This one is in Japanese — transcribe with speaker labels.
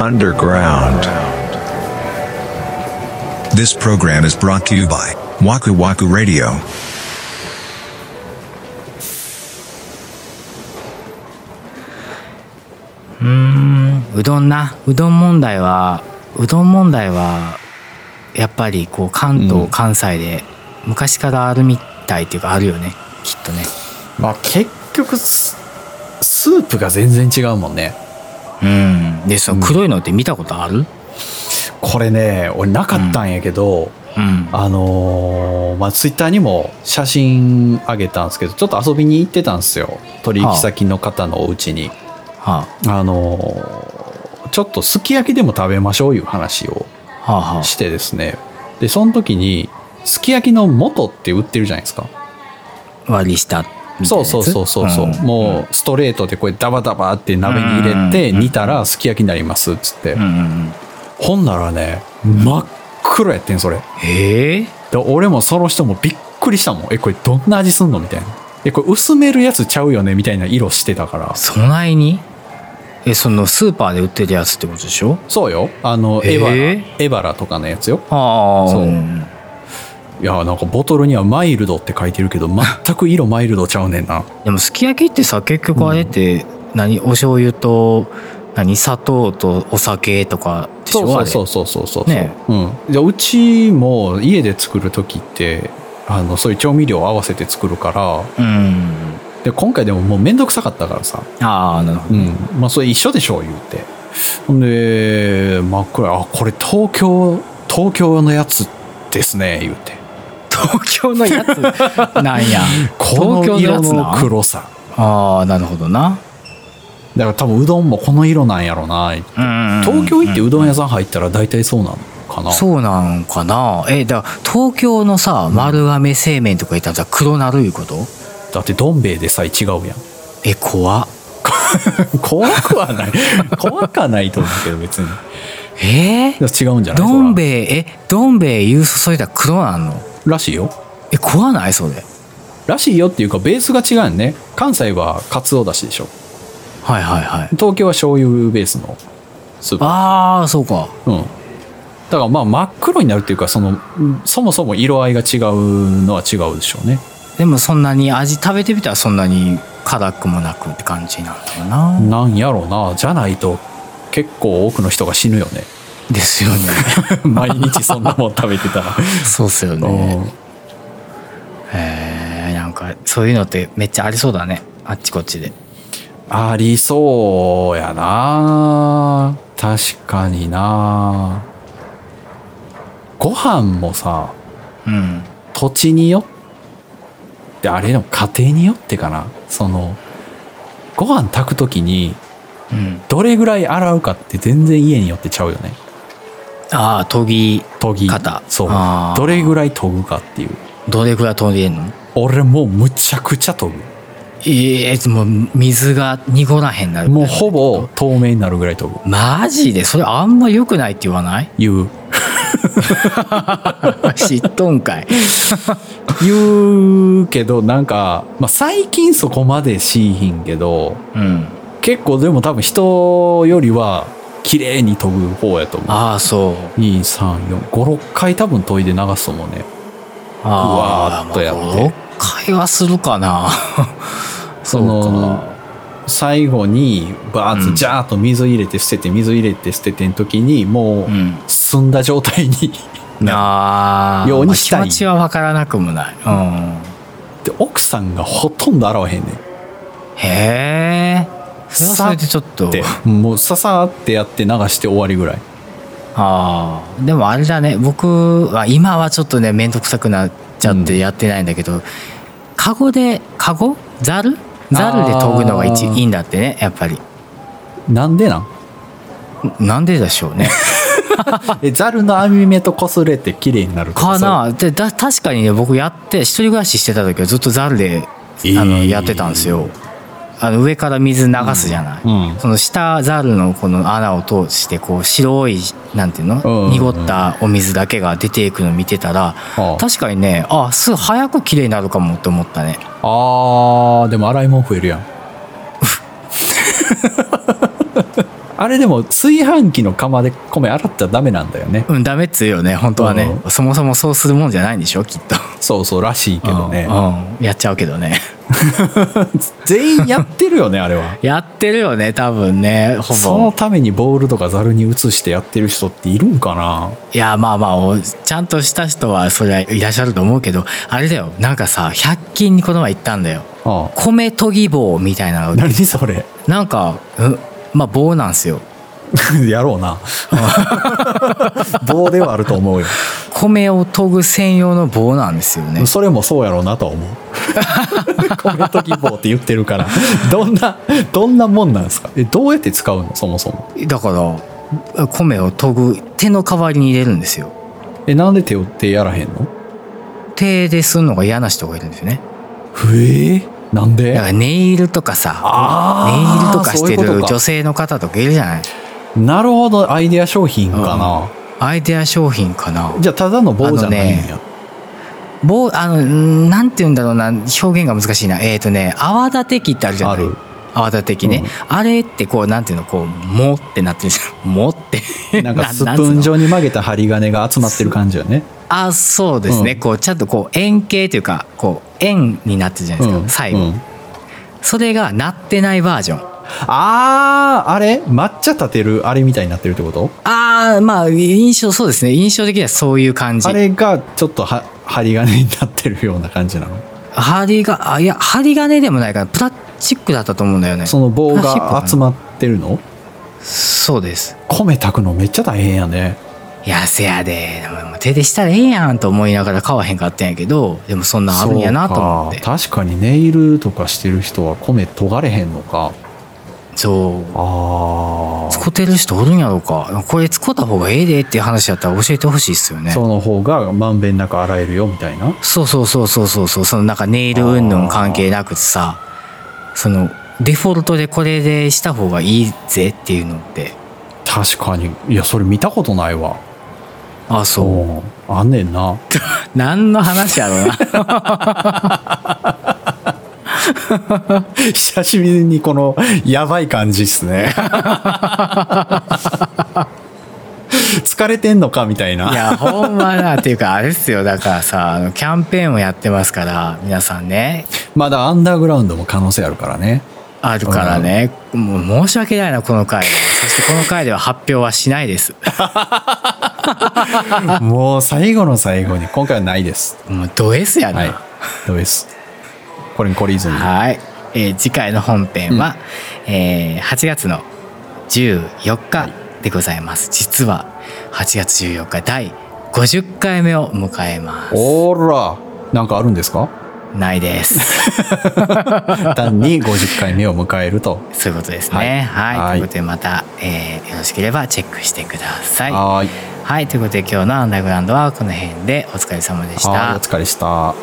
Speaker 1: underground.
Speaker 2: This program is brought to you by Waku Waku Radio.
Speaker 3: うーんうどんなうどん問題はうどん問題はやっぱりこう関東、
Speaker 1: うん
Speaker 3: 関西で昔からあるみたいっていうかあるよねきっとね
Speaker 4: まあ結局ススープが全然違うもんね
Speaker 3: うんでその黒いのって見たことある
Speaker 4: これね俺なかったんやけど、
Speaker 3: うん
Speaker 4: あのーまあツイッターにも写真あげたんですけどちょっと遊びに行ってたんですよ取引先の方のお家に、
Speaker 3: は
Speaker 4: あのーちょっとすき焼きでも食べましょういう話を
Speaker 3: あはあはあ
Speaker 4: してですねでその時にすき焼きの素って売ってるじゃないですか
Speaker 3: 割りしたみたいなやつ
Speaker 4: そうそうそうそうそう、
Speaker 3: ん
Speaker 4: もうストレートでこれダバダバって鍋に入れて
Speaker 3: うん
Speaker 4: 煮たらすき焼きになりますっつって、
Speaker 3: うんうんうん
Speaker 4: ほんならね真っ黒やってんそれ
Speaker 3: ええ
Speaker 4: で俺もその人もびっくりしたもんえこれどんな味すんのみたいなえこれ薄めるやつちゃうよねみたいな色してたから
Speaker 3: そないにえそのスーパーで売ってるやつってことでしょ
Speaker 4: そうよあのエバラ、
Speaker 3: え
Speaker 4: エバラとかのやつよ
Speaker 3: ああ
Speaker 4: そうんいやなんかボトルにはマイルドって書いてるけど全く色マイルドちゃうねんな
Speaker 3: でもすき焼きってさ結局あれって何、お醤油と何砂糖とお酒とかでしょ
Speaker 4: そうそううそうそうそうそう、
Speaker 3: ね
Speaker 4: うん、でうちも家で作る時ってあのそういう調味料を合わせて作るから
Speaker 3: あれうん
Speaker 4: で今回でももう面倒くさかったからさ、
Speaker 3: ああなるほど、
Speaker 4: うんまあ、それ一緒でしょう言うてほんで真っ暗いあこれ東京東京のやつですね言うて
Speaker 3: 東京のやつなんや
Speaker 4: こ
Speaker 3: 東京
Speaker 4: の
Speaker 3: の
Speaker 4: 色
Speaker 3: やつ
Speaker 4: の
Speaker 3: な
Speaker 4: 黒さ
Speaker 3: ああなるほどな
Speaker 4: だから多分うどんもこの色なんやろな東
Speaker 3: 東
Speaker 4: 京行ってうどん屋さん入ったら大体そうなのかな、
Speaker 3: そうなんかなえだから東京のさ丸亀製麺とか言ったらさ黒なるいうこと
Speaker 4: だってどん兵衛でさえ違うやん
Speaker 3: え怖っ
Speaker 4: 怖くはない怖くはないと思うけど別に
Speaker 3: えー
Speaker 4: いや違うんじゃない
Speaker 3: どん
Speaker 4: 衛
Speaker 3: 兵衛えどん兵衛湯注いだら黒なんの
Speaker 4: らしいよ
Speaker 3: え怖ないそれ
Speaker 4: らしいよっていうかベースが違うよね関西はカツオだしでしょ
Speaker 3: はいはいはい
Speaker 4: 東京は醤油ベースのスープ
Speaker 3: ああそうか
Speaker 4: うんだからまあ真っ黒になるっていうかそのうんそもそも色合いが違うのは違うでしょうね
Speaker 3: でもそんなに味食べてみたらそんなに辛くもなくって感じなんだよな、
Speaker 4: なんやろうなじゃないと結構多くの人が死ぬよね
Speaker 3: ですよね
Speaker 4: 毎日そんなもん食べてたら
Speaker 3: そうっすよねへえんかそういうのってめっちゃありそうだねあっちこっちで
Speaker 4: ありそうやな確かになご飯もさ
Speaker 3: うん
Speaker 4: 土地によってあれの家庭によってかなそのご飯炊く時に
Speaker 3: うん
Speaker 4: どれぐらい洗うかって全然家によってちゃうよね
Speaker 3: ああ研ぎ
Speaker 4: 研ぎ
Speaker 3: 方
Speaker 4: そう
Speaker 3: あー
Speaker 4: どれぐらい研ぐかっていう
Speaker 3: どれくらい研げんの
Speaker 4: 俺もうむちゃくちゃ研ぐ
Speaker 3: ええもう水が濁らへんなる
Speaker 4: もうほぼ透明になるぐらい研ぐ
Speaker 3: マジでそれあんま良くないって言わない
Speaker 4: 言う
Speaker 3: 知っとんかい
Speaker 4: 言うけどなんか、まあ、最近そこまでしいひんけど
Speaker 3: うん
Speaker 4: 結構でも多分人よりは綺麗に研ぐ方やと思う
Speaker 3: ああそう
Speaker 4: 2345回多分研いで流すと思うね
Speaker 3: ああ
Speaker 4: うわーっとやって
Speaker 3: まあ56回はするかな
Speaker 4: その最後にバーッ
Speaker 3: う
Speaker 4: と
Speaker 3: ん
Speaker 4: ジャーッと水入れて捨てて、水入れて捨てての時にもう
Speaker 3: うん
Speaker 4: 澄んだ状態に
Speaker 3: なあ
Speaker 4: ようにしたい
Speaker 3: まあ気持ちは分からなくもない、うん、
Speaker 4: で 奥さんがほとんど洗わへんねん
Speaker 3: へえそれはそれでちょっと
Speaker 4: でもうささーってやって流して終わりぐらい
Speaker 3: ああでもあれだね僕は今はちょっとね面倒くさくなっちゃってやってないんだけど、カゴでカゴザルザルで研ぐのが一
Speaker 4: あー
Speaker 3: いいんだってねやっぱり
Speaker 4: なんでなん
Speaker 3: なんででしょうね
Speaker 4: えザルの網目と擦れて綺麗になると
Speaker 3: か
Speaker 4: そう
Speaker 3: なでだ確かにね僕やって一人暮らししてた時はずっとザルで
Speaker 4: え
Speaker 3: あの
Speaker 4: ー
Speaker 3: やってたんですよ、あの上から水流すじゃない、
Speaker 4: うんうん
Speaker 3: その下ザルのこの穴を通してこう白いなんていうの、
Speaker 4: うんうんうん
Speaker 3: 濁ったお水だけが出ていくのを見てたら、
Speaker 4: ああ
Speaker 3: 確かにねあすぐ早く綺麗になるかもって思ったね
Speaker 4: あーでも洗い物増えるやんあれでも炊飯器の釜で米洗っちゃダメなんだよね
Speaker 3: うんダメっつうよね本当はね、
Speaker 4: う
Speaker 3: そもそもそうするもんじゃないんでしょきっと
Speaker 4: そうそうらしいけどね
Speaker 3: うんうんやっちゃうけどね
Speaker 4: 全員やってるよねあれは
Speaker 3: やってるよね多分ねほ
Speaker 4: その
Speaker 3: ぼ
Speaker 4: ためにボールとかざるに移してやってる人っているんかない
Speaker 3: やまあまあおちゃんとした人はそりゃいらっしゃると思うけどあれだよなんかさ100均にこの前行ったんだよ
Speaker 4: ああ
Speaker 3: 米研ぎ棒みたいなの
Speaker 4: 何それ
Speaker 3: なんか、うん、まあ棒なんすよ
Speaker 4: やろうな棒ではあると思うよ
Speaker 3: 米を研ぐ専用の棒なんですよね
Speaker 4: それもそうやろうなとは思う 米とき棒って言ってるからどんなどんなもんなんですかえどうやって使うのそもそも
Speaker 3: だから米を研ぐ手の代わりに入れるんですよ
Speaker 4: えなんで手を手やらへんの
Speaker 3: 手でするのが嫌な人がいるんですよね
Speaker 4: へえなんで
Speaker 3: だからネイルとかさネ
Speaker 4: あ
Speaker 3: イ
Speaker 4: ー
Speaker 3: ルとかして
Speaker 4: そういう
Speaker 3: る女
Speaker 4: ことか
Speaker 3: 性の方とかいるじゃない
Speaker 4: なるほどアイデア商品かな、
Speaker 3: アイデア商品かな
Speaker 4: じゃあただの棒じゃないんや、
Speaker 3: 棒あのうんなんて言うんだろうな表現が難しいなえっ、とね泡立て器ってあるじゃない
Speaker 4: ある
Speaker 3: 泡立て器ね、あれってこうなんていうのこう「も」ってなってるじゃん「 も」って
Speaker 4: なんかスプ
Speaker 3: なんつう
Speaker 4: ーン
Speaker 3: の
Speaker 4: 状に曲げた針金が集まってる感じよね
Speaker 3: あそうですね、
Speaker 4: うん
Speaker 3: こうちゃんとこう円形というかこう円になってるじゃないですか、
Speaker 4: うん
Speaker 3: 最後、
Speaker 4: うん
Speaker 3: それがなってないバージョンあ
Speaker 4: あーあれ抹茶立てるあれみたいになってるってこと
Speaker 3: あーまあ印象そうですね印象的にはそういう感じ
Speaker 4: あれがちょっとは針金になってるような感じなの
Speaker 3: 針があいや針金でもないからプラスチックだったと思うんだよね
Speaker 4: その棒
Speaker 3: プラスチックか
Speaker 4: が
Speaker 3: な
Speaker 4: 集まってるの
Speaker 3: そうです
Speaker 4: 米炊くのめっちゃ大変やね
Speaker 3: いやせやででも手でしたらええやんと思いながら買わへんかったんやけどでもそんなんあるんやなと思って
Speaker 4: そうか確かにネイルとかしてる人は米研がれへんのか
Speaker 3: そう
Speaker 4: ああ
Speaker 3: 使ってる人おるんやろうかこれ使った方がええでっていう話やったら教えてほしいっすよね
Speaker 4: その方がまんべんなく洗えるよみたいな
Speaker 3: そうそうそうそうそうそうそのなんかネイル云々関係なくさそのデフォルトでこれでした方がいいぜっていうのって
Speaker 4: 確かにいやそれ見たことないわ
Speaker 3: あそう
Speaker 4: そうあんねんな
Speaker 3: 何の話や ろうな
Speaker 4: 久しぶりにこのやばい感じっす ね疲れてんのかみたいない
Speaker 3: やほんまなっていうかあれっすよだからさあのキャンペーンをやってますから皆さんね
Speaker 4: まだアンダーグラウンドも可能性あるからね
Speaker 3: あるからね、もう申し訳ないなこの回はそしてこの回では発表はしないです
Speaker 4: もう最後の最後に今回はないです。
Speaker 3: もうド S やな、
Speaker 4: はい。どうです。これに懲りずに。は
Speaker 3: はい、えー次回の本編は、えー8月の14日でございます、実は8月14日第50回目を迎えます
Speaker 4: おら、なんかあるんですか？
Speaker 3: ないです
Speaker 4: 単に50回目を迎えると。
Speaker 3: そういうことですね
Speaker 4: は
Speaker 3: はいい、
Speaker 4: は
Speaker 3: とい
Speaker 4: い
Speaker 3: うことでまた、えーよろしければチェックしてください
Speaker 4: はーい。
Speaker 3: はいということで今日の「アンダーグラウンド」はこの辺でお疲れ様でし
Speaker 4: はーい
Speaker 3: た
Speaker 4: お疲れした。